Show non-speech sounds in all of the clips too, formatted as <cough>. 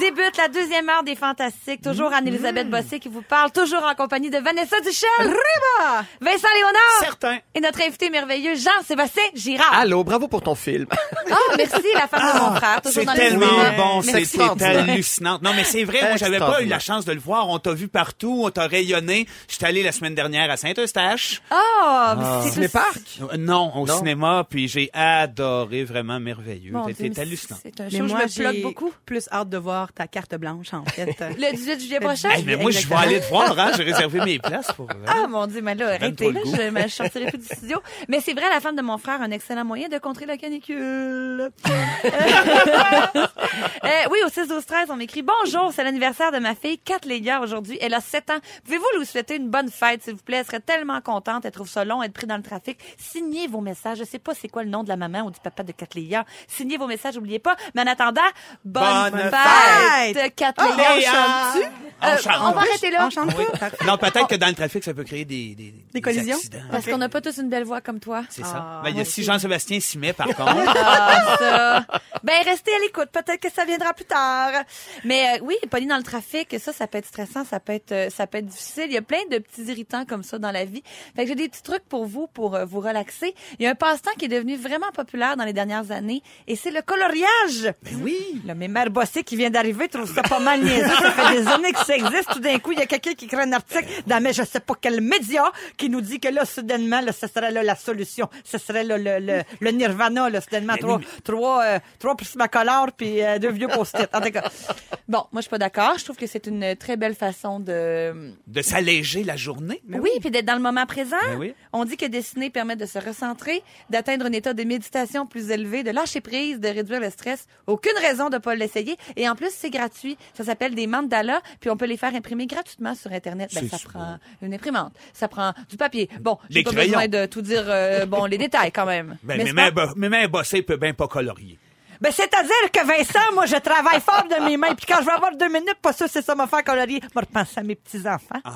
Débute la deuxième heure des Fantastiques. Toujours Mm-hmm. Anne-Elisabeth Bossé qui vous parle, toujours en compagnie de Vanessa Duchel. Riba! Vincent Léonard. Certain. Et notre invité merveilleux, Jean-Sébastien Girard. Allô, bravo pour ton film. Ah, merci, la femme de mon frère. Toujours Ah, C'est dans tellement les bon, Merci c'est beaucoup. c'est hallucinant. Non, mais c'est vrai, moi, j'avais pas eu la chance de le voir. On t'a vu partout, on t'a rayonné. J'étais allé la semaine dernière à Saint-Eustache. Ah, c'est tout- Les parcs? Euh, Non, au cinéma, puis j'ai adoré, vraiment merveilleux. Mon Dieu, C'était mais hallucinant. C'est un Mais show, moi, je me j'ai bloque beaucoup. plus hâte de voir ta carte blanche, en <laughs> fait. Euh, Le 18 juillet Le prochain? 18. Hey, mais moi, je vais Exactement. aller te voir, hein. J'ai réservé mes places pour. Ah mon dieu, mais là, arrêtez, Donne-toi là, le je ne sortirai plus du studio. Mais c'est vrai, la femme de mon frère a un excellent moyen de contrer la canicule. Euh, oui, au 6 12 13 on m'écrit Bonjour, c'est l'anniversaire de ma fille Kat Léguer aujourd'hui. Elle a 7 ans. Pouvez-vous lui souhaiter une bonne fête, s'il vous plaît? Elle serait tellement contente. Elle trouve ça long, être pris dans le trafic. Signez vos messages. Je sais pas c'est quoi le nom de la maman ou du papa de Kat Léguer. Signez vos messages, n'oubliez pas. Mais en attendant, bonne, Bonne fête, fête! Kat Oh, Léguer. Léa! chante-tu? On Ah, Euh, chante. on va arrêter là. On chante Oui. pas? Parfait. Non, peut-être que dans le trafic, ça peut créer des, des, collisions? accidents. Parce qu'on n'a pas tous une belle voix comme toi. C'est ça. Ah, Ben, il y a moi si aussi. Jean-Sébastien s'y <laughs> met, par contre. Ah, ça. Ben, restez à l'écoute. Peut-être que ça viendra plus tard. Mais euh, oui, pogné dans le trafic, ça, ça peut être stressant, ça peut être, euh, ça peut être difficile. Il y a plein de petits irritants comme ça dans la vie. Fait que j'ai des petits trucs pour vous, pour euh, vous relaxer. Il y a un passe-temps qui est devenu vraiment populaire dans les dernières années, et c'est le coloriage. Ben oui. Le mémère bossé qui vient d'arriver trouve ça pas mal niaiseux. Ça fait des années que ça existe. Tout d'un coup, il y a quelqu'un qui crée un article dans mais je sais pas quel média qui nous dit que là, soudainement, là, ce serait là la solution. Ce serait là, le, le, le nirvana, là, soudainement, trois, trois, euh, trois prismacolores puis euh, deux vieux post-it. En tout cas. Bon, moi, je suis pas d'accord. Je trouve que c'est une très belle façon de... De s'alléger la journée. oui, puis d'être dans le moment présent. Ben oui. On dit que dessiner permet de se recentrer, d'atteindre un état de méditation plus élevé, de lâcher prise, de réduire le stress. Aucune raison de pas l'essayer. Et en plus, c'est gratuit. Ça s'appelle des mandalas, puis on peut les faire imprimer gratuitement sur Internet. Ben, C'est ça sûr. prend une imprimante, ça prend du papier. Bon, j'ai Des pas crayons. besoin de tout dire, euh, bon, les détails quand même. Ben, Mais mais c'est pas- mes mains bossées peuvent bien pas colorier. ben, c'est-à-dire que Vincent, moi, je travaille fort de mes mains. Puis quand je vais avoir deux minutes, pas sûr, c'est ça, me faire colorier. Je repenser à mes petits-enfants. Ah.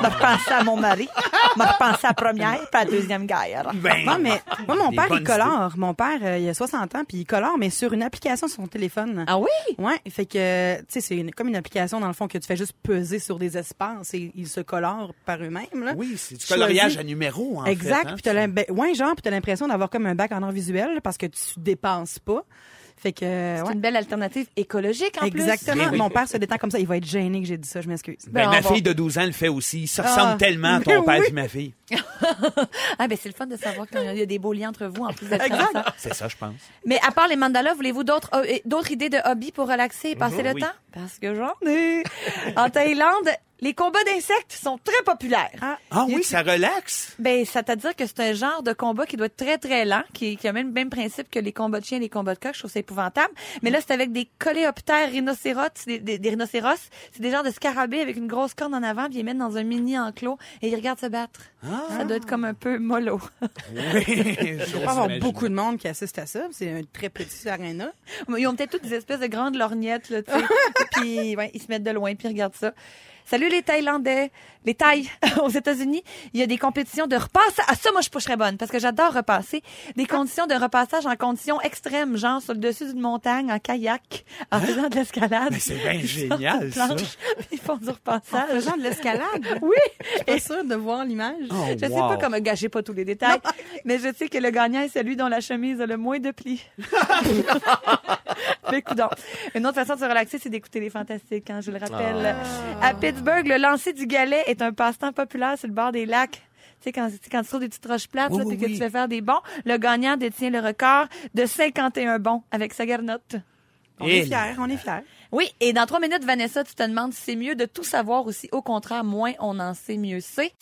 Je repenser à mon mari. Je repenser à la première, puis à la deuxième guerre. Ben, <laughs> Moi, mais, moi, mon Des père, il bonnes colore. Mon père, euh, il a 60 ans, puis il colore, mais sur une application sur son téléphone. Ah oui? Ouais, fait que, tu sais, c'est une- comme une application, dans le fond, que tu fais juste peser sur des espaces et ils se colorent par eux-mêmes, là. Oui, c'est du Choisis- coloriage à numéro, en exact. fait. hein. Puis t'as l'im- ben, ouais, genre, puis t'as l'impression d'avoir comme un bac en art visuel parce que tu dépenses pas. Fait que, euh, ouais. C'est une belle alternative écologique en Exactement. Ben oui. Mon père se détend comme ça. Il va être gêné que j'ai dit ça. Je m'excuse. Ben, Ben, ma on va- fille de 12 ans le fait aussi. Ça ressemble Ah, tellement à mais ton père oui. et ma fille. plus. Ah ben c'est le fun de savoir qu'il y a des beaux liens entre vous en plus d'être ensemble. C'est ça, je pense. Mais à part les mandalas, voulez-vous d'autres ho- euh, d'autres idées de hobby pour relaxer et passer le Mhm, oui. temps Parce que j'en ai. en Thaïlande, les combats d'insectes sont très populaires. Ah oui, ça relaxe. Ben, ça à dire que c'est un genre de combat qui doit être très, très lent, qui, qui a même le même principe que les combats de chiens et les combats de coq. Je trouve ça épouvantable. Mais là, c'est avec des coléoptères rhinocéros, des, des- des rhinocéros. C'est des genres de scarabées avec une grosse corne en avant, puis ils les mettent dans un mini enclos et ils regardent se battre. Ça doit être comme un peu mollo. Oui, <laughs> je Il va avoir beaucoup de monde qui assiste à ça. C'est un très petit aréna. <laughs> Ils ont peut-être toutes des espèces de grandes lorgnettes, là, <laughs> tu sais. puis ouais, ils se mettent de loin, puis ils regardent ça. Salut les Thaïlandais, les Thaïs <laughs> aux États-Unis. Il y a des compétitions de repassage. Ah, ça, moi, je suis pas très bonne parce que j'adore repasser. Des Ah. conditions de repassage en conditions extrêmes, genre sur le dessus d'une montagne, en kayak, en faisant de l'escalade. Hein? <laughs> c'est bien Ils sortent génial, une ça. planche, puis <laughs> Ils font du repassage. de l'escalade. Oui, Pas sûr de voir l'image. <laughs> Oh, je sais wow. pas comment gâcher pas tous les détails, <laughs> mais je sais que le gagnant est celui dont la chemise a le moins de <laughs> plis. mais coudonc. Une autre façon de se relaxer, c'est d'écouter les fantastiques, hein, je le rappelle. Ah. À Pittsburgh, le lancer du galet est un passe-temps populaire sur le bord des lacs. Tu sais, quand, tu sais, quand tu trouves des petites roches plates, Oui, là, oui, puis que oui. tu fais faire des bons, le gagnant détient le record de 51 bons avec sa garnotte. On Et est fiers, on est fiers. Oui, et dans trois minutes, Vanessa, tu te demandes si c'est mieux de tout savoir ou si, au contraire, moins on en sait, mieux c'est.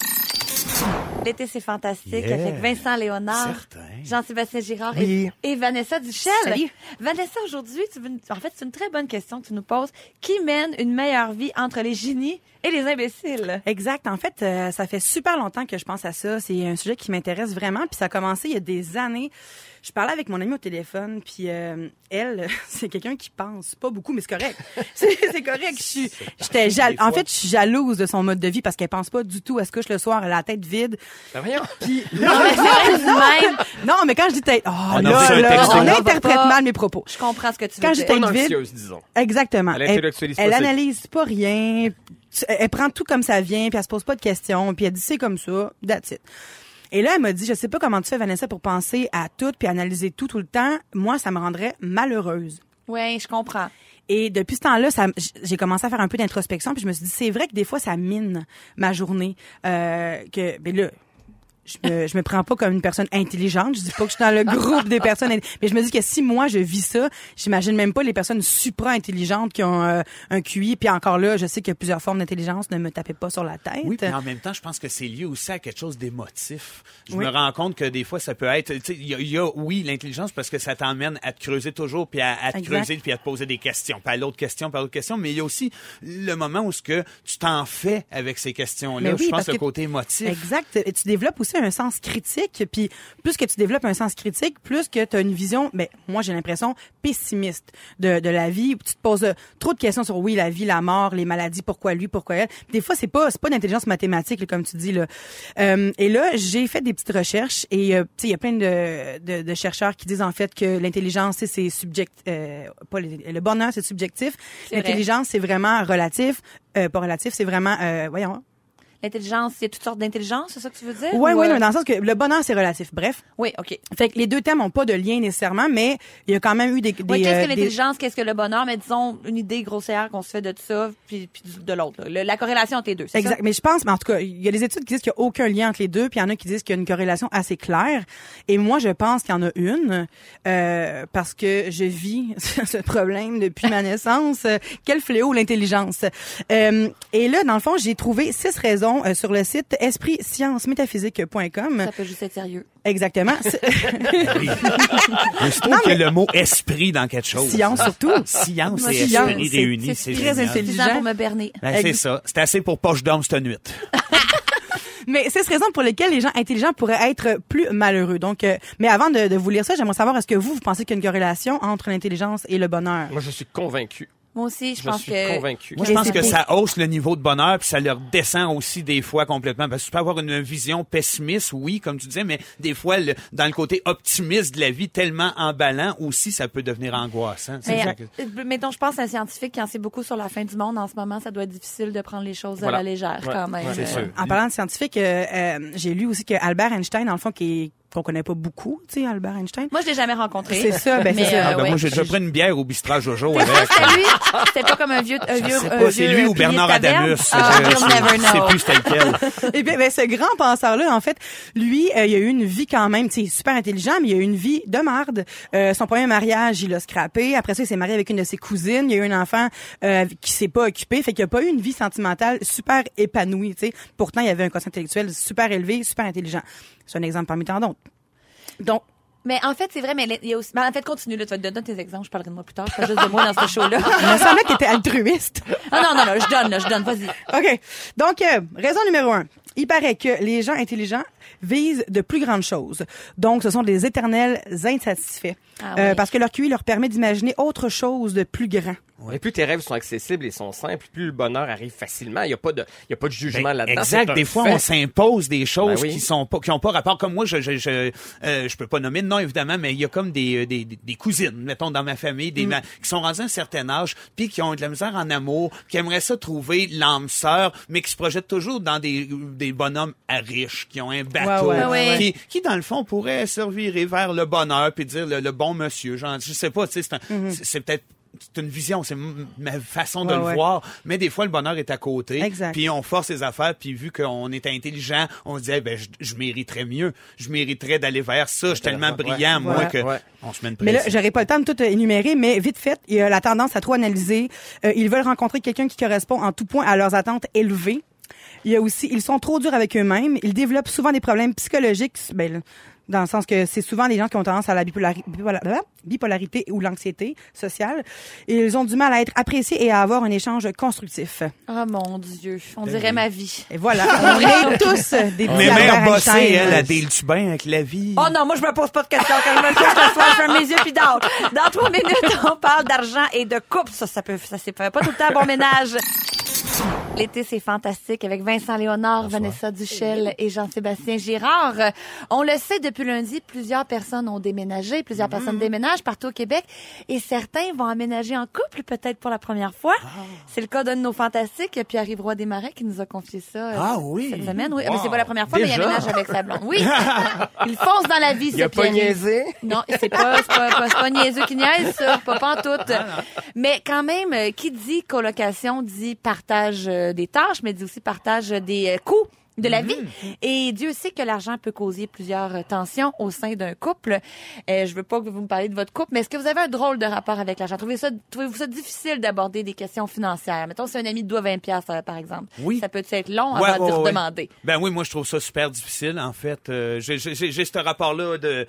L'été, c'est fantastique. Yeah. Avec Vincent Léonard, Certain. Jean-Sébastien Girard Oui. et, et Vanessa Duchel. Salut. Vanessa, aujourd'hui, tu veux nous- en fait, c'est une très bonne question que tu nous poses. Qui mène une meilleure vie entre les génies et les <laughs> imbéciles? Exact. En fait, euh, ça fait super longtemps que je pense à ça. C'est un sujet qui m'intéresse vraiment. Puis ça a commencé il y a des années. Je parlais avec mon amie au téléphone, puis euh, elle, <laughs> c'est quelqu'un qui pense pas beaucoup, mais c'est correct. <laughs> c'est c'est correct. Je suis, j'étais jal- en fait, je suis jalouse de son mode de vie parce qu'elle pense pas du tout à ce couche le soir, elle a la tête vide. Ben voyons. Puis non, mais non, mais quand je dis tête, oh, a là, reçu un là, texto. on On en interprète va pas. mal mes propos. Je comprends ce que tu Quand veux j'étais dire. Pas Tête vide. anxieuse, disons. Exactement. Elle intellectualise pas elle ça. analyse pas rien. Tu- Elle elle prend tout comme ça vient, puis elle se pose pas de questions, puis elle dit c'est comme ça, that's it. Et là, elle m'a dit, je sais pas comment tu fais, Vanessa, pour penser à tout, puis analyser tout tout le temps. Moi, ça me rendrait malheureuse. Oui, je comprends. Et depuis ce temps-là, ça- j- j'ai commencé à faire un peu d'introspection, puis je me suis dit, c'est vrai que des fois, ça mine ma journée. Euh, que, ben là, je me, je me prends pas comme une personne intelligente. Je dis pas que je suis dans le groupe des personnes, int- mais je me dis que si moi je vis ça, j'imagine même pas les personnes supra intelligentes qui ont euh, un QI. Puis encore là, je sais qu'il y a plusieurs formes d'intelligence. Ne me tapez pas sur la tête. Oui, mais en même temps, je pense que c'est lié aussi à quelque chose d'émotif. Je Oui. me rends compte que des fois, ça peut être, tu sais, il y, a- il y a, oui, l'intelligence parce que ça t'emmène à te creuser toujours, puis à, à te Exact. creuser, puis à te poser des questions, puis à l'autre question, puis à l'autre question. Mais il y a aussi le moment où ce que tu t'en fais avec ces questions-là. Mais oui, je pense parce le que- côté émotif. Exact. Et tu développes aussi un sens critique. Puis plus que tu développes un sens critique, plus que tu as une vision, ben, moi j'ai l'impression, pessimiste de, de la vie. Tu te poses euh, trop de questions sur, oui, la vie, la mort, les maladies, pourquoi lui, pourquoi elle. Des fois, c'est pas, c'est pas d'intelligence mathématique, là, comme tu dis. Là. Euh, et là, j'ai fait des petites recherches et euh, tu sais, il y a plein de, de, de chercheurs qui disent en fait que l'intelligence, c'est- c'est subject... euh, pas le, le bonheur, c'est subjectif. C'est vrai. L'intelligence, c'est vraiment relatif. Euh, pas relatif, c'est vraiment... euh, voyons. L'intelligence, c'est toutes sortes d'intelligences, c'est ça que tu veux dire? Oui, Ou, oui, euh, mais dans le sens que le bonheur, c'est relatif. Bref. Oui, OK. Fait que les deux thèmes n'ont pas de lien nécessairement, mais il y a quand même eu des. des, Oui, qu'est-ce que euh, des- l'intelligence, qu'est-ce que le bonheur, mais disons une idée grossière qu'on se fait de ça, puis, puis du- de l'autre. là. Le- La corrélation entre les deux. c'est Exact. Mais je pense, mais en tout cas, il y a des études qui disent qu'il n'y a aucun lien entre les deux, puis il y en a qui disent qu'il y a une corrélation assez claire. Et moi, je pense qu'il y en a une, euh, parce que je vis <laughs> ce problème depuis ma naissance. Euh, Quel fléau, l'intelligence. Euh, et là, dans le fond, j'ai trouvé six raisons euh, sur le site espritsciencesmétaphysique.com. Ça, ça peut juste être sérieux. <laughs> Exactement. euh, C'est- <laughs> Je trouve qu'il y a le mot esprit dans quelque chose. Science surtout. Oh, Science et Science, esprit c'est- réunis, c'est c'est très génial. intelligent. Suffisant pour me berner. Ben, c'est ça. C'est assez pour poche d'homme cette nuit. Mais c'est cette raison pour laquelle les gens intelligents pourraient être plus malheureux. Donc, euh, mais avant de, de vous lire ça, j'aimerais savoir est-ce que vous, vous pensez qu'il y a une corrélation entre l'intelligence et le bonheur Moi, je suis convaincu. Moi aussi, je, Je, pense suis que. convaincu. Moi, je Et pense c'est que pour- ça hausse le niveau de bonheur, puis ça leur descend aussi des fois complètement. Parce que tu peux avoir une vision pessimiste, oui, comme tu disais, mais des fois, le- dans le côté optimiste de la vie, tellement emballant, aussi, ça peut devenir angoissant. C'est Mais, ça que- euh, mettons, je pense à un scientifique qui en sait beaucoup sur la fin du monde. En ce moment, ça doit être difficile de prendre les choses Voilà. à la légère, Ouais. quand même. Ouais, c'est Euh, sûr. En parlant de scientifique, euh, euh, j'ai lu aussi que Albert Einstein, dans le fond, qui est- qu'on connaît pas beaucoup, tu sais, Albert Einstein. Moi, je l'ai jamais rencontré. C'est ça, ben, Mais, euh, c'est ça. Ah, ben, ouais. Moi, j'ai déjà pris une bière au bistrage Jojo C'est avec. Ah, ça, euh, c'était lui. C'était pas comme un vieux. Un vieux, C'est un pas- c'est vieux lui ou pilier de Bernard taverne? Adamus. Ah, Je- je- you'll never je sais know. plus c'était lequel. <laughs> Eh bien, ben, ce grand penseur-là, en fait, lui, euh, il a eu une vie quand même, tu sais, il est super intelligent, mais il a eu une vie de marde. Euh, son premier mariage, il l'a scrappé. Après ça, il s'est marié avec une de ses cousines. Il y a eu un enfant euh, qui s'est pas occupé. Fait qu'il a pas eu une vie sentimentale super épanouie, tu sais. Pourtant, il avait un quotient intellectuel super élevé, super intelligent. C'est un exemple parmi tant d'autres. Donc, Mais en fait, c'est vrai, mais il y a aussi. ben, en fait, continue, là. Tu vas te donner tes exemples. Je parlerai de moi plus tard. Je parle juste de moi dans ce show-là. il me semblait que t'étais altruiste. Ah non, non, non, je donne, là, je donne, vas-y. <laughs> OK. Donc, euh, raison numéro un. Il paraît que les gens intelligents visent de plus grandes choses. Donc, ce sont des éternels insatisfaits. Ah Euh, oui. parce que leur QI leur permet d'imaginer autre chose de plus grand. Et plus tes rêves sont accessibles et sont simples, plus le bonheur arrive facilement. Il n'y a, pas de- il y a pas de jugement Ben, là-dedans. Exact. C'est Des un fois, fait. on s'impose des choses Ben oui. qui sont pas, qui ont pas rapport. Comme moi, je, je, je, euh, je peux pas nommer de nom évidemment, mais il y a comme des, euh, des, des- des cousines, mettons dans ma famille, Mm. des ma- qui sont rendus à un certain âge, puis qui ont de la misère en amour, qui aimeraient ça trouver l'âme sœur, mais qui se projettent toujours dans des, des bonhommes à riches, qui ont un bateau, ouais, ouais, ouais. qui, qui dans le fond pourraient servir vers le bonheur, puis dire le, le bon monsieur. Genre, je sais pas, tu sais, c'est un- c'est c'est peut-être c'est une vision, c'est m- ma façon de Mm-hmm. Ouais, le ouais. voir, Ah, mais des fois le bonheur est à côté. Exact. Puis on force les affaires, puis vu qu'on est intelligent, on se dit, Eh ben, je, je mériterais mieux. Je mériterais d'aller vers ça. Je suis tellement Ouais, brillant, moi, ouais, que ouais. on se met une Mais là, pression. j'aurais pas le temps de tout euh, énumérer, mais vite fait, il y a la tendance à trop analyser. Euh, ils veulent rencontrer quelqu'un qui correspond en tout point à leurs attentes élevées. Il y a aussi, ils sont trop durs avec eux-mêmes. Ils développent souvent des problèmes psychologiques, ben, le- dans le sens que c'est souvent des gens qui ont tendance à la bipolari- bipola- euh, bipolarité ou l'anxiété sociale. Et ils ont du mal à être appréciés et à avoir un échange constructif. Ah mon Dieu, on dirait ma vie. <laughs> Et voilà, on est tous des petits On est hein, Albert même bossé, Einstein. elle, à deal-tu bien avec la vie? Oh non, moi je me pose pas de questions. Quand je me couche le soir, je ferme mes yeux puis dors. Dans trois minutes, on parle d'argent et de couple. Ça, ça peut, ça c'est pas pas tout le temps bon ménage. L'été, c'est fantastique avec Vincent Léonard, Vanessa Duchel et Jean-Sébastien Girard. Euh, On le sait depuis lundi, plusieurs personnes ont déménagé, plusieurs Mm. personnes déménagent partout au Québec et certains vont emménager en couple peut-être pour la première fois. Ah. C'est le cas d'un de nos fantastiques, Pierre-Yves Roy Desmarais, qui nous a confié ça euh, Ah oui. cette semaine. Oui, mais c'est pas la première fois, mais il Déjà? aménage avec sa blonde. <laughs> Oui, il fonce dans la vie, Il a ce pas Pierre-Yves. niaisé. Non, c'est pas, c'est pas, pas, c'est pas niaiseux qui niaise, ça. Pas, pas en tout. Mais quand même, euh, qui dit colocation dit partage euh, des tâches, mais dit aussi partage euh, des euh, coûts de Mhm. la vie. Et Dieu sait que l'argent peut causer plusieurs euh, tensions au sein d'un couple. Euh, je veux pas que vous me parliez de votre couple, mais est-ce que vous avez un drôle de rapport avec l'argent? Trouvez ça, trouvez-vous ça difficile d'aborder des questions financières? Mettons, si un ami te doit 20 piastres, euh, par exemple. Oui. Ça peut être long Ouais, avant de ouais, ouais. demander. Ben oui, moi, je trouve ça super difficile, en fait. Euh, j'ai- j'ai j'ai- j'ai ce rapport-là de...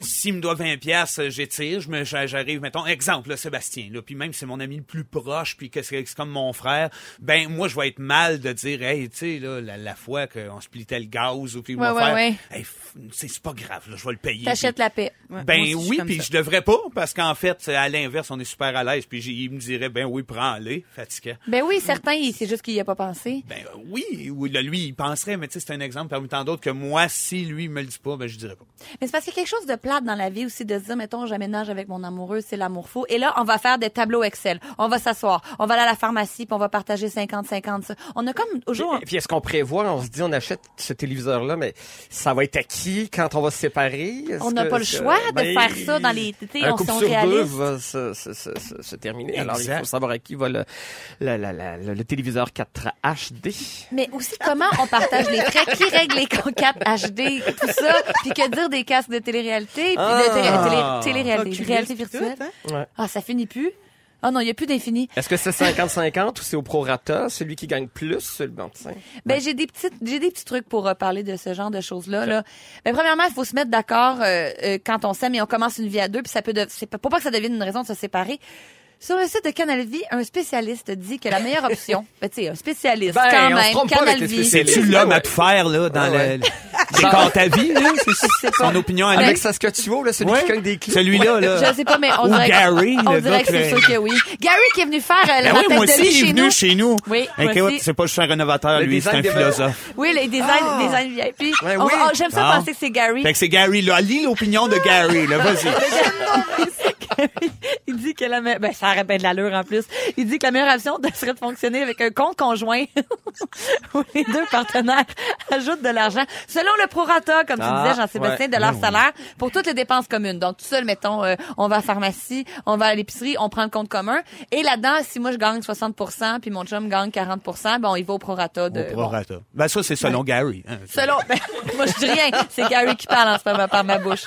S'il me doit 20 piastres, euh, j'étire, je me- j'a- j'arrive, mettons, exemple, là, Sébastien, là, puis même si c'est mon ami le plus proche, puis que c'est c'est comme mon frère, ben moi, je vais être mal de dire, hey, tu sais, là, la, la fois qu'on splitait le gaz, ou puis Ouais, mon ouais, frère, ouais. hey, f- c'est c'est pas grave, là, je vais le payer. T'achètes Puis- la paix. Ouais, moi aussi, ben je suis oui, comme puis ça. je devrais pas, parce qu'en fait, à l'inverse, on est super à l'aise, puis j'ai- il me dirait, ben oui, prends-les, fatiguant. Ben oui, certains, il- c'est juste qu'il n'y a pas pensé. Ben euh, oui, ou là, lui, il penserait, mais tu sais, c'est un exemple parmi tant d'autres que moi, si lui me le dit pas, ben je dirais pas. Mais c'est parce qu'il y a quelque chose de plate dans la vie aussi de se dire, mettons, j'aménage avec mon amoureux, c'est l'amour faux. Et là, on va faire des tableaux Excel. On va s'asseoir. On va aller à la pharmacie, puis on va partager 50-50. ça. On a comme, au jour, Puis, puis est-ce qu'on prévoit, on se dit, on achète ce téléviseur-là, mais ça va être acquis quand on va se séparer? Est-ce on n'a que- pas le est-ce que- choix de Ben, faire ça dans les, tu sais, un on couple sont sur deux réalistes. va se, se- se- se- se terminer. Alors, il Exact. faut savoir à qui va le, la- la- la- la- le téléviseur 4 HD. Mais aussi, comment on partage les traits, qui règle les concaps HD, tout ça, puis que dire des casques de télé-réalité, puis de Ah. télé- télé- télé-réalité, réalité virtuelle. hein? Ah, ça finit plus. Ah non, il n'y a plus d'infini. Est-ce que c'est 50-50 ou c'est au prorata? Celui qui gagne plus, c'est le bon, tu sais. Ben j'ai des petites j'ai des petits trucs pour euh, parler de ce genre de choses là là. Ben premièrement, il faut se mettre d'accord euh, euh, quand on s'aime et on commence une vie à deux puis ça peut de- c'est pas pour pas que ça devienne une raison de se séparer. Sur le site de Canal Vie, un spécialiste dit que la meilleure <laughs> option, ben tu sais, un spécialiste Ben, quand on se même, trompe pas avec Canal les Vie. spécialistes. C'est-tu Ben l'homme ouais. à tout faire, là, dans Ouais, ouais. le, le- dans ta <laughs> vie, là? C'est- C'est son opinion à lui. Avec ça, ce que tu veux, là, celui Ouais. qui gagne des clips. Celui-là, là. Je sais pas mais on Ou dirait Gary, on le dirait gars que c'est que- sûr que oui. Gary qui est venu faire euh, Ben la oui, tête moi de aussi, lit il chez est venu nous. chez nous. Oui, Hey, moi Kewa, aussi. C'est pas juste un rénovateur, Le lui, c'est design un des- philosophe. Oui, les designs, Ah! design VIP. Ouais, On- oui. on- J'aime ça Bon. penser que c'est Gary. Ben Ah. Fait que c'est Gary, là. Lis l'opinion de Gary, là. Vas-y. <laughs> il dit que la me- ben, ça aurait bien de l'allure en plus. Il dit que la meilleure option de- serait de fonctionner avec un compte conjoint <laughs> où les deux partenaires ajoutent de l'argent selon le prorata, comme tu Ah, disais, Jean-Sébastien, de ouais. leur salaire pour toutes les dépenses communes. Donc, tout seul, mettons, euh, on va à la pharmacie, on va à l'épicerie, on prend le compte commun. Et là-dedans, si moi, je gagne 60 puis mon chum gagne 40 bon, il ben, va au prorata <laughs> de... Au bon, prorata. Ben ça, c'est selon Gary. hein. Selon, ben, <laughs> moi je dis rien, c'est Gary qui parle en ce moment par ma bouche.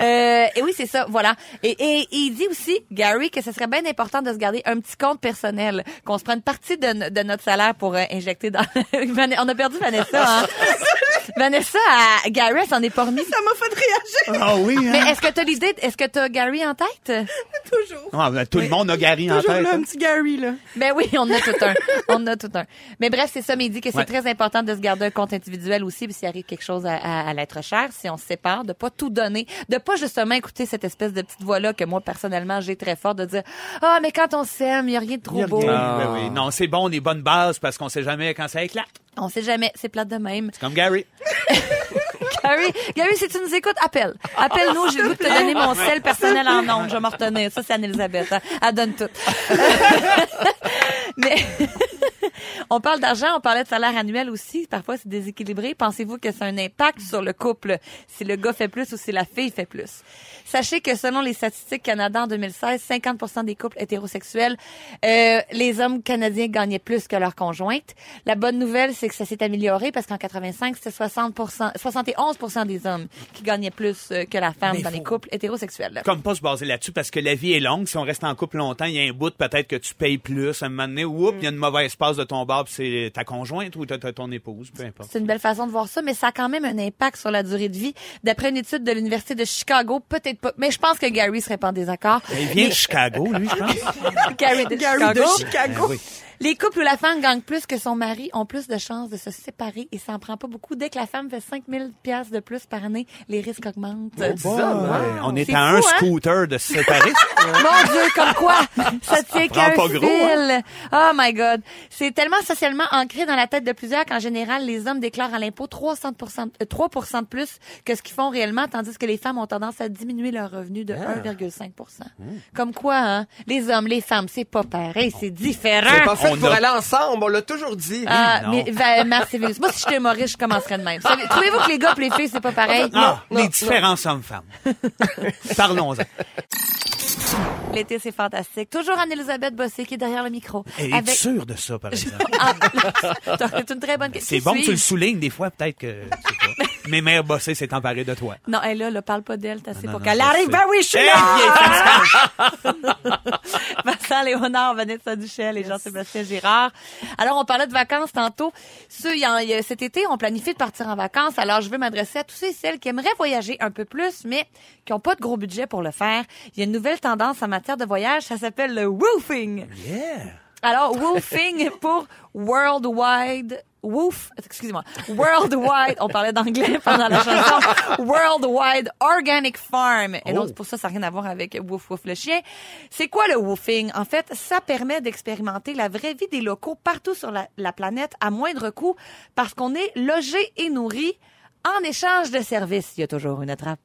Euh, et oui, c'est ça, voilà. Et, et- et il dit aussi, Gary, que ce serait bien important de se garder un petit compte personnel, qu'on se prenne partie de, no- de notre salaire pour euh, injecter dans... <laughs> Van- On a perdu Vanessa, hein? Vanessa, à Gary, elle s'en est pas remise. Ça m'a fait réagir Ah oui, hein? Mais est-ce que t'as l'idée, de- est-ce que t'as Gary en tête? toujours. Ah, ben, tout le monde a Gary en Toujours tête. là, hein. un petit Gary, là. Ben oui, on a tout <laughs> un. On a tout un. Mais bref, c'est ça, mais il dit que c'est Ouais. très important de se garder un compte individuel aussi, puis s'il arrive quelque chose à, à, à l'être cher, si on se sépare, de pas tout donner, de pas justement écouter cette espèce de petite voix-là que moi, personnellement, j'ai très fort de dire « Ah, mais quand on s'aime, il y a rien de trop beau. Ben oui. Non, c'est bon, des bonnes bases, parce qu'on sait jamais quand ça éclate. On sait jamais, c'est plate de même. <laughs> Comme Gary. » Gary, Gary, si tu nous écoutes, appelle. <laughs> Appelle-nous, j'ai le goût de te donner mon sel personnel en ondes. Je vais m'en retenir. Ça, c'est Anne-Elisabeth. hein. Elle donne tout. Mais <laughs> on parle d'argent, on parlait de salaire annuel aussi. Parfois, c'est déséquilibré. Pensez-vous que ça a un impact sur le couple si le gars fait plus ou si la fille fait plus? Sachez que selon les statistiques Canada en 2016, 50 des couples hétérosexuels, euh, les hommes canadiens gagnaient plus que leurs conjointes. La bonne nouvelle, c'est que ça s'est amélioré parce qu'en 85, c'était 60 71 des hommes qui gagnaient plus euh, que la femme Mais dans les faut- couples hétérosexuels. comme pas se baser là-dessus parce que la Mm. vie est longue. Si on reste en couple longtemps, il y a un bout, peut-être que tu payes plus. Un moment donné, oups, il y a une mauvaise passe de ton bar, puis c'est ta conjointe ou ta- ta- ton épouse, peu importe. C'est une belle façon de voir ça, mais ça a quand même un impact sur la durée de vie. D'après une étude de l'Université de Chicago, peut-être pas, mais je pense que Gary serait pas en désaccord. Il vient de Chicago, lui, je pense. <laughs> Gary de Gary Chicago. de Chicago. Ben oui. Les couples où la femme gagne plus que son mari ont plus de chances de se séparer et ça en prend pas beaucoup. Dès que la femme fait 5000 pièces de plus par année, les risques augmentent. Ouais, On est C'est à fou, un hein? scooter de <laughs> se séparer. Mon Dieu, comme quoi, ça tient prend qu'un pas fil. gros, hein? Oh my God. C'est tellement socialement ancré dans la tête de plusieurs qu'en général, les hommes déclarent à l'impôt 300 euh, 3 de plus que ce qu'ils font réellement, tandis que les femmes ont tendance à diminuer leur revenu de Ah. 1,5 Hmm. Comme quoi, hein, les hommes, les femmes, c'est pas pareil, c'est C'est différent. pas fait On pour a- aller ensemble, on l'a toujours dit. Ah, Non. mais, va- Marcellus, Moi, si j'étais humoriste, je commencerais de même. Savez- Trouvez-vous que les gars et les filles, c'est pas pareil? Ah, les différences hommes-femmes. <laughs> Parlons-en. L'été, c'est fantastique. Toujours Anne-Elisabeth Bossé qui est derrière le micro. Et Avec- Es-tu sûr de ça, par exemple? <laughs> Ah, <laughs> c'est une très bonne question. C'est bon que tu le soulignes des fois, peut-être que... je sais pas. <laughs> Mais Mère Bossé s'est emparée de toi. Non, elle là, là, parle pas d'elle, t'as assez Ah, non, pour non, qu'elle je arrive. sais. Ben oui, je suis Eh, là! <laughs> il est Vincent Léonard, Vanessa Duchel et Jean-Sébastien Girard. Alors, on parlait de vacances tantôt. Ceux, il y en- il y a- cet été, on planifie de partir en vacances. Alors, je veux m'adresser à tous ceux et celles qui aimeraient voyager un peu plus, mais qui n'ont pas de gros budget pour le faire. Il y a une nouvelle tendance en matière de voyage. Ça s'appelle le woofing. Alors, woofing pour worldwide. Woof, excusez-moi. Worldwide, on parlait d'anglais pendant la chanson. Worldwide Organic Farm. Et non, c'est pour ça, ça n'a rien à voir avec Woof Woof le chien. C'est quoi le woofing? En fait, ça permet d'expérimenter la vraie vie des locaux partout sur la, la planète à moindre coût parce qu'on est logé et nourri en échange de services. Il y a toujours une attrape.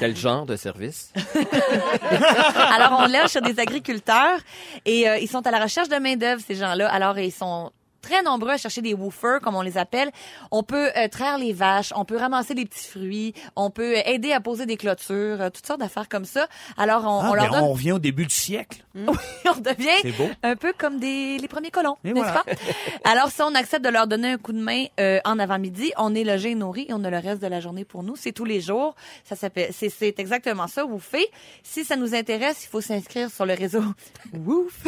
Quel genre de service? <laughs> Alors, on lèche sur des agriculteurs et euh, ils sont à la recherche de main-d'œuvre, ces gens-là. Alors, ils sont très nombreux à chercher des woofers, comme on les appelle. On peut euh, traire les vaches, on peut ramasser des petits fruits, on peut euh, aider à poser des clôtures, euh, toutes sortes d'affaires comme ça. Alors, on, Ah, on ben, leur donne, on revient au début du siècle. <laughs> on devient C'est beau. un peu comme des, les premiers colons, Et n'est-ce voilà. pas? Alors, si on accepte de leur donner un coup de main euh, en avant-midi, on est logé et nourri et on a le reste de la journée pour nous. C'est tous les jours. Ça s'appelle, c'est, c'est exactement ça, Woofé. Si ça nous intéresse, il faut s'inscrire sur le réseau <laughs> Woof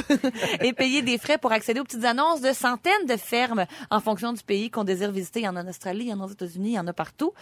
et payer des frais pour accéder aux petites annonces de centaines de fermes en fonction du pays qu'on désire visiter. Il y en a en Australie, il y en a aux États-Unis, il y en a partout.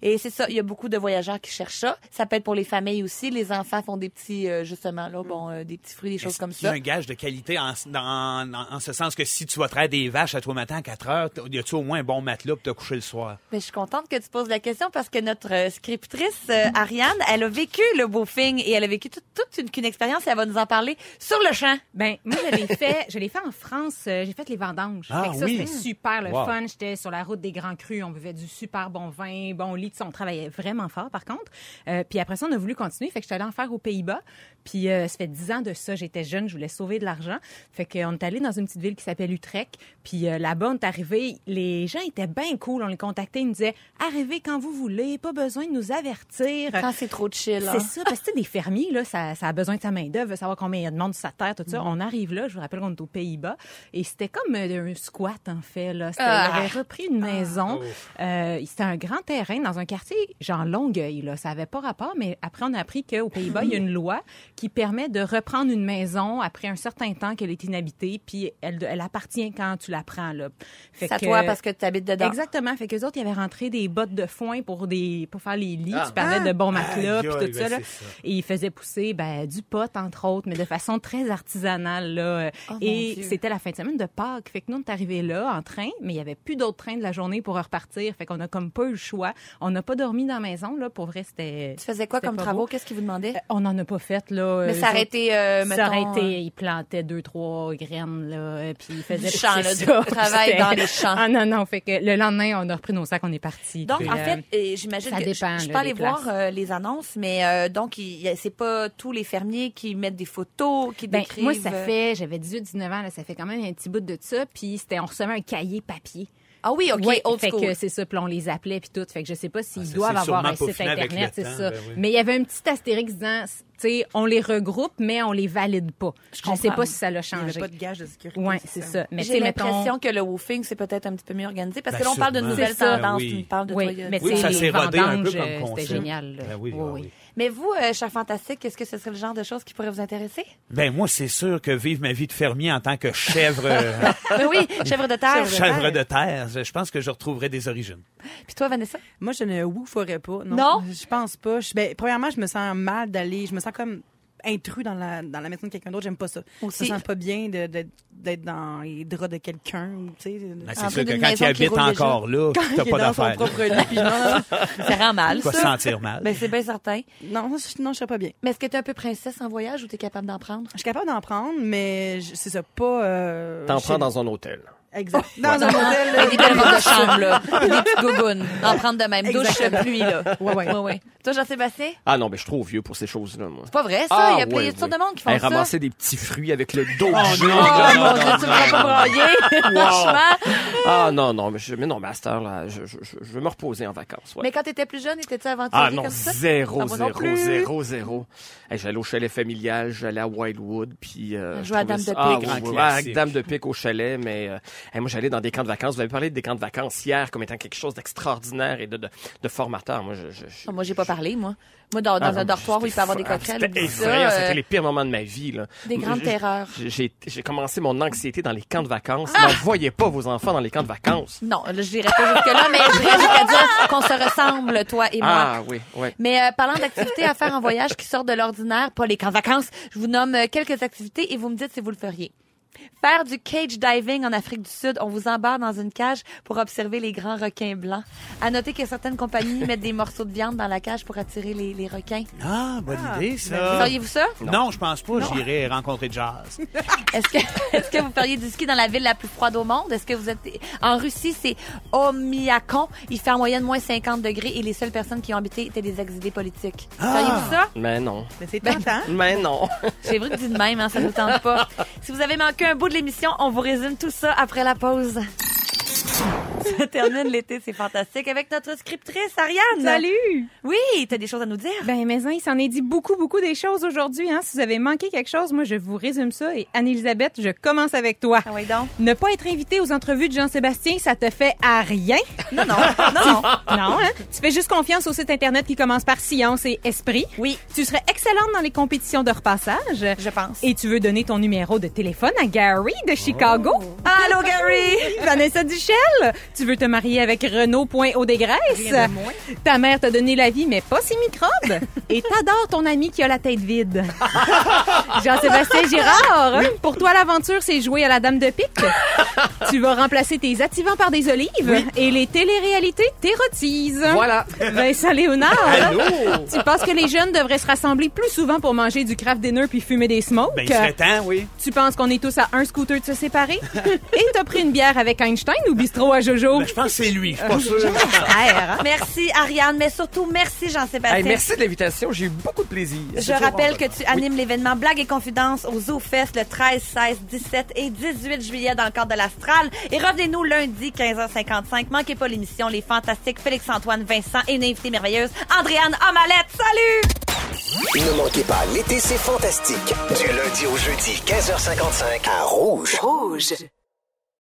Et c'est ça, il y a beaucoup de voyageurs qui cherchent ça. Ça peut être pour les familles aussi. Les enfants font des petits, euh, justement, là, bon, euh, des petits fruits, des choses Est-ce comme qu'il y a ça. un gage de qualité en, dans- dans- en ce sens que si tu vas traire des vaches à toi matin à 4 heures, t- y a-tu au moins un bon matelas pour te coucher le soir? Mais je suis contente que tu poses la question parce que notre euh, scriptrice euh, Ariane, elle a vécu le woofing et elle a vécu tout- toute une, une expérience et elle va nous en parler sur le champ. Ben, moi, je l'ai fait, je l'ai fait en France. euh, J'ai fait les vendanges. Ah Fait que ça, oui. c'était super le Wow. fun. J'étais sur la route des grands crus. On buvait du super bon vin, bon lit. Tu sais, on travaillait vraiment fort, par contre. Euh, puis après ça, on a voulu continuer. Fait que j'étais allée en faire aux Pays-Bas. Puis euh, ça fait dix ans de ça. J'étais jeune, je voulais sauver de l'argent. Fait qu'on est allé dans une petite ville qui s'appelle Utrecht. Puis euh, là-bas, on est arrivé. Les gens étaient bien cool. On les contactait. Ils nous disaient « Arrivez quand vous voulez. Pas besoin de nous avertir. » Quand c'est trop de chill. hein. C'est ça, parce que tu sais, des fermiers, là, ça, ça a besoin de sa main-d'œuvre, veut savoir combien il y a de monde sur sa terre, tout ça. Mm. On arrive là, je vous rappelle qu'on est aux Pays-Bas, et c'était comme euh, un squat, en fait. Là. C'était- Ah. Oh. Il avait repris une maison. Euh, c'était un grand terrain dans un quartier, genre Longueuil, là. Ça avait pas rapport, mais après, on a appris qu'aux Pays-Bas, il y a une <laughs> loi qui permet de reprendre une maison après un certain temps qu'elle est inhabitée, puis elle, elle appartient quand tu la prends, là. Fait C'est à que- toi parce que tu habites dedans. Exactement. Fait que les autres, ils avaient rentré des bottes de foin pour des pour faire les lits. Ah. Tu parlais de bons matelas Aïe, puis aïe, tout ça, ben, là. c'est ça. Et ils faisaient pousser ben, du pot entre autres, mais de façon très artisanale là. Oh, mon Et Dieu. c'était la fin de semaine de Pâques. Fait que nous on est arrivés là en train, mais il y avait plus d'autres trains de la journée pour repartir. Fait qu'on a comme pas eu le choix. On n'a pas dormi dans la maison là. Pour vrai, c'était. Tu faisais quoi c'était comme pas travaux? beau. Qu'est-ce qu'ils vous demandaient? Euh, On n'en a pas fait là. Mais Eux ça aurait autres, été, euh, ça aurait mettons, été, ils plantaient deux, trois graines, là, euh, puis ils faisaient Du champ, pousser là, du ça, <laughs> travail puis dans c'était- les champs. Ah non, non, fait que le lendemain, on a repris nos sacs, on est parti. Donc, Puis, en euh, fait, euh, j'imagine ça que dépend, je, je peux là, aller des voir places. euh, les annonces, mais euh, donc, il y a- c'est pas tous les fermiers qui mettent des photos, qui ben, décrivent... moi, ça euh, fait, j'avais 18, 19 ans, là, ça fait quand même un petit bout de ça, puis c'était, on recevait un cahier papier. Ah oui, OK, Ouais, old fait school. que c'est ça, puis on les appelait puis tout. Fait que je sais pas s'ils Ah, ça, doivent c'est avoir sûrement un site peaufiné avec internet, le c'est temps, ça. ben oui. Mais il y avait un petit astérix disant, tu tu sais, on les regroupe, mais on les valide pas. Je ne sais comprends. pas si ça l'a Il n'y avait changé. pas de gage de sécurité. Oui, c'est ça. Mais tu J'ai sais, mettons... l'impression que le woofing, c'est peut-être un petit peu mieux organisé parce Ben, que là, on parle de sûrement. nouvelles C'est ça. tendances. Ben oui. Tu parles de Oui, Toyota. mais Oui, tu sais, ça les s'est rodé un peu vendanges, comme euh, concept. C'était génial. là. Ben oui, ben oui. Mais vous, euh, cher fantastique, est-ce que ce serait le genre de choses qui pourrait vous intéresser? Ben moi, c'est sûr que vivre ma vie de fermier en tant que chèvre, euh, Ben oui, <laughs> chèvre de terre. chèvre de terre, je pense que je retrouverai des origines. Puis toi, Vanessa? Moi, je ne wooferais pas. Non. Non? Je pense pas. Je- ben, premièrement, je me sens mal d'aller. Je me sens comme intrus dans la, dans la maison de quelqu'un d'autre. J'aime pas ça. Aussi. Je me sens pas bien de- de- d'être dans les draps de quelqu'un. tu sais. Ben, En c'est sûr plus que d'une quand tu maison qui habites roule déjà. encore là, <laughs> Quand t'as il est pas dans son d'affaires. là. propre lit, puis non, Ça rend mal, Tu vas ça. sentir mal. Ben, c'est bien certain. non, non, je, non, je serais pas bien. Mais est-ce que t'es un peu princesse en voyage ou t'es capable d'en prendre? Je suis capable d'en prendre, mais je- c'est ça, pas... euh, T'en je- prends dans un hôtel. Exact. Dans un hôtel. Avec des <laughs> là. belles robes de chambre, là. Puis des petites gougounes. En prendre de même. Douche, Exactement. pluie, là. Ouais, ouais. Ouais, ouais. Toi, Jean-Sébastien? C'est Ah non, mais je suis trop vieux pour ces choses-là, moi. Ah pas vrai, Ah, ça? Il y a plein de de monde qui font Hey, ça. Ramasser des petits fruits avec le dos. non, Oh, mon Dieu, tu me feras pas broyer. Franchement. Ah non, non, mais, je, mais non, mais à cette heure-là, je, je, je- je veux me reposer en vacances. ouais. Mais quand t'étais plus jeune, étais-tu aventurier Ah non, comme ça? Ah, zéro, moi non zéro, plus. zéro, zéro. Hey, j'allais au chalet familial, j'allais à Wildwood, puis... Euh, On jouait à Dame trouvais ça- de Ah, pique. oui, Grand oui, à classique. Dame de pique au chalet, mais euh, hey, moi j'allais dans des camps de vacances. Vous avez parlé des camps de vacances hier comme étant quelque chose d'extraordinaire et de, de, de formateur. Moi, je... je, je- Non, Ah, moi, j'ai pas parlé, moi. Moi, dans, dans Ah, un non, dortoir où il peut c'était y avoir des fou- ah, coquerelles, C'était oublie ça, effrayant, euh, c'était les pires moments de ma vie. Là. des Moi, grandes je- terreurs. Ah! J'ai j'ai commencé mon anxiété dans les camps de vacances. N'envoyez pas vos enfants dans les camps de vacances. Non, là, je dirais pas jusque-là, mais je dirais jusqu'à dire qu'on se ressemble, toi et moi. Ah oui, oui. Mais euh, parlant d'activités à faire en voyage qui sortent de l'ordinaire, pas les camps de vacances, je vous nomme euh, quelques activités et vous me dites si vous le feriez. Faire du cage diving en Afrique du Sud, on vous embarque dans une cage pour observer les grands requins blancs. À noter que certaines compagnies mettent des morceaux de viande dans la cage pour attirer les, les requins. Ah, bonne idée, ça. Feriez-vous ça? Non, je pense pas. J'irai rencontrer Jazz. Est-ce que, <laughs> est-ce que vous feriez du ski dans la ville la plus froide au monde? Est-ce que vous êtes. En Russie, c'est Omiakon. Il fait en moyenne moins 50 degrés et les seules personnes qui ont habité étaient des exilés politiques. Feriez-vous ça? Mais non. Mais c'est tentant. Mais non. C'est vrai que tu dis de même, hein, ça ne vous tente pas. Si vous avez manqué un bout de l'émission, on vous résume tout ça après la pause. Ça termine l'été, c'est fantastique, avec notre scriptrice Ariane. Salut! Oui, t'as des choses à nous dire? Ben, mais il s'en est dit beaucoup, beaucoup des choses aujourd'hui. Hein. Si vous avez manqué quelque chose, moi, je vous résume ça. Et Anne-Elisabeth, je commence avec toi. Ah oui, donc. Ne pas être invité aux entrevues de Jean-Sébastien, ça te fait à rien. <laughs> Non, <laughs> non, non, non. Non, hein? Tu fais juste confiance au site Internet qui commence par science et esprit. Oui, Tu serais excellente dans les compétitions de repassage. je pense. Et tu veux donner ton numéro de téléphone à Gary de Chicago. Allô, <laughs> Gary! Vanessa Duchel, tu veux te marier avec Renaud Point Audegraisse. Ta mère t'a donné la vie, mais pas ses <laughs> microbes. Et t'adores ton ami qui a la tête vide. Jean-Sébastien Girard, hein? pour toi, l'aventure, c'est jouer à la dame de pique. tu vas remplacer tes attivants par des olives et les téléréalités t'érotisent. Voilà. Vincent Léonard, hein? tu penses que les jeunes devraient se rassembler plus souvent pour manger du craft dinner puis fumer des smokes? Ben, il serait temps, oui. Tu penses qu'on est tous à un scooter de se séparer? <laughs> Et t'as pris une bière avec Einstein ou bistrot à Jojo? Ben, je pense que c'est lui. Je suis pas sûr. Merci, Ariane, mais surtout, merci, Jean-Sébastien. Hey, merci de l'invitation. J'ai eu beaucoup de plaisir. Eh Je C'est toujours rappelle un que tu animes l'événement Blagues et Confidences au Zoo Fest le 13, 16, 17 et 18 juillet dans le cadre de l'Astral. Et revenez-nous lundi, 15h55. Manquez pas l'émission Les Fantastiques, Félix-Antoine, Vincent et une invitée merveilleuse, Andréane Amalette. Salut! Ne manquez pas, l'été, c'est fantastique. Du lundi au jeudi, 15h55, à Rouge. Rouge.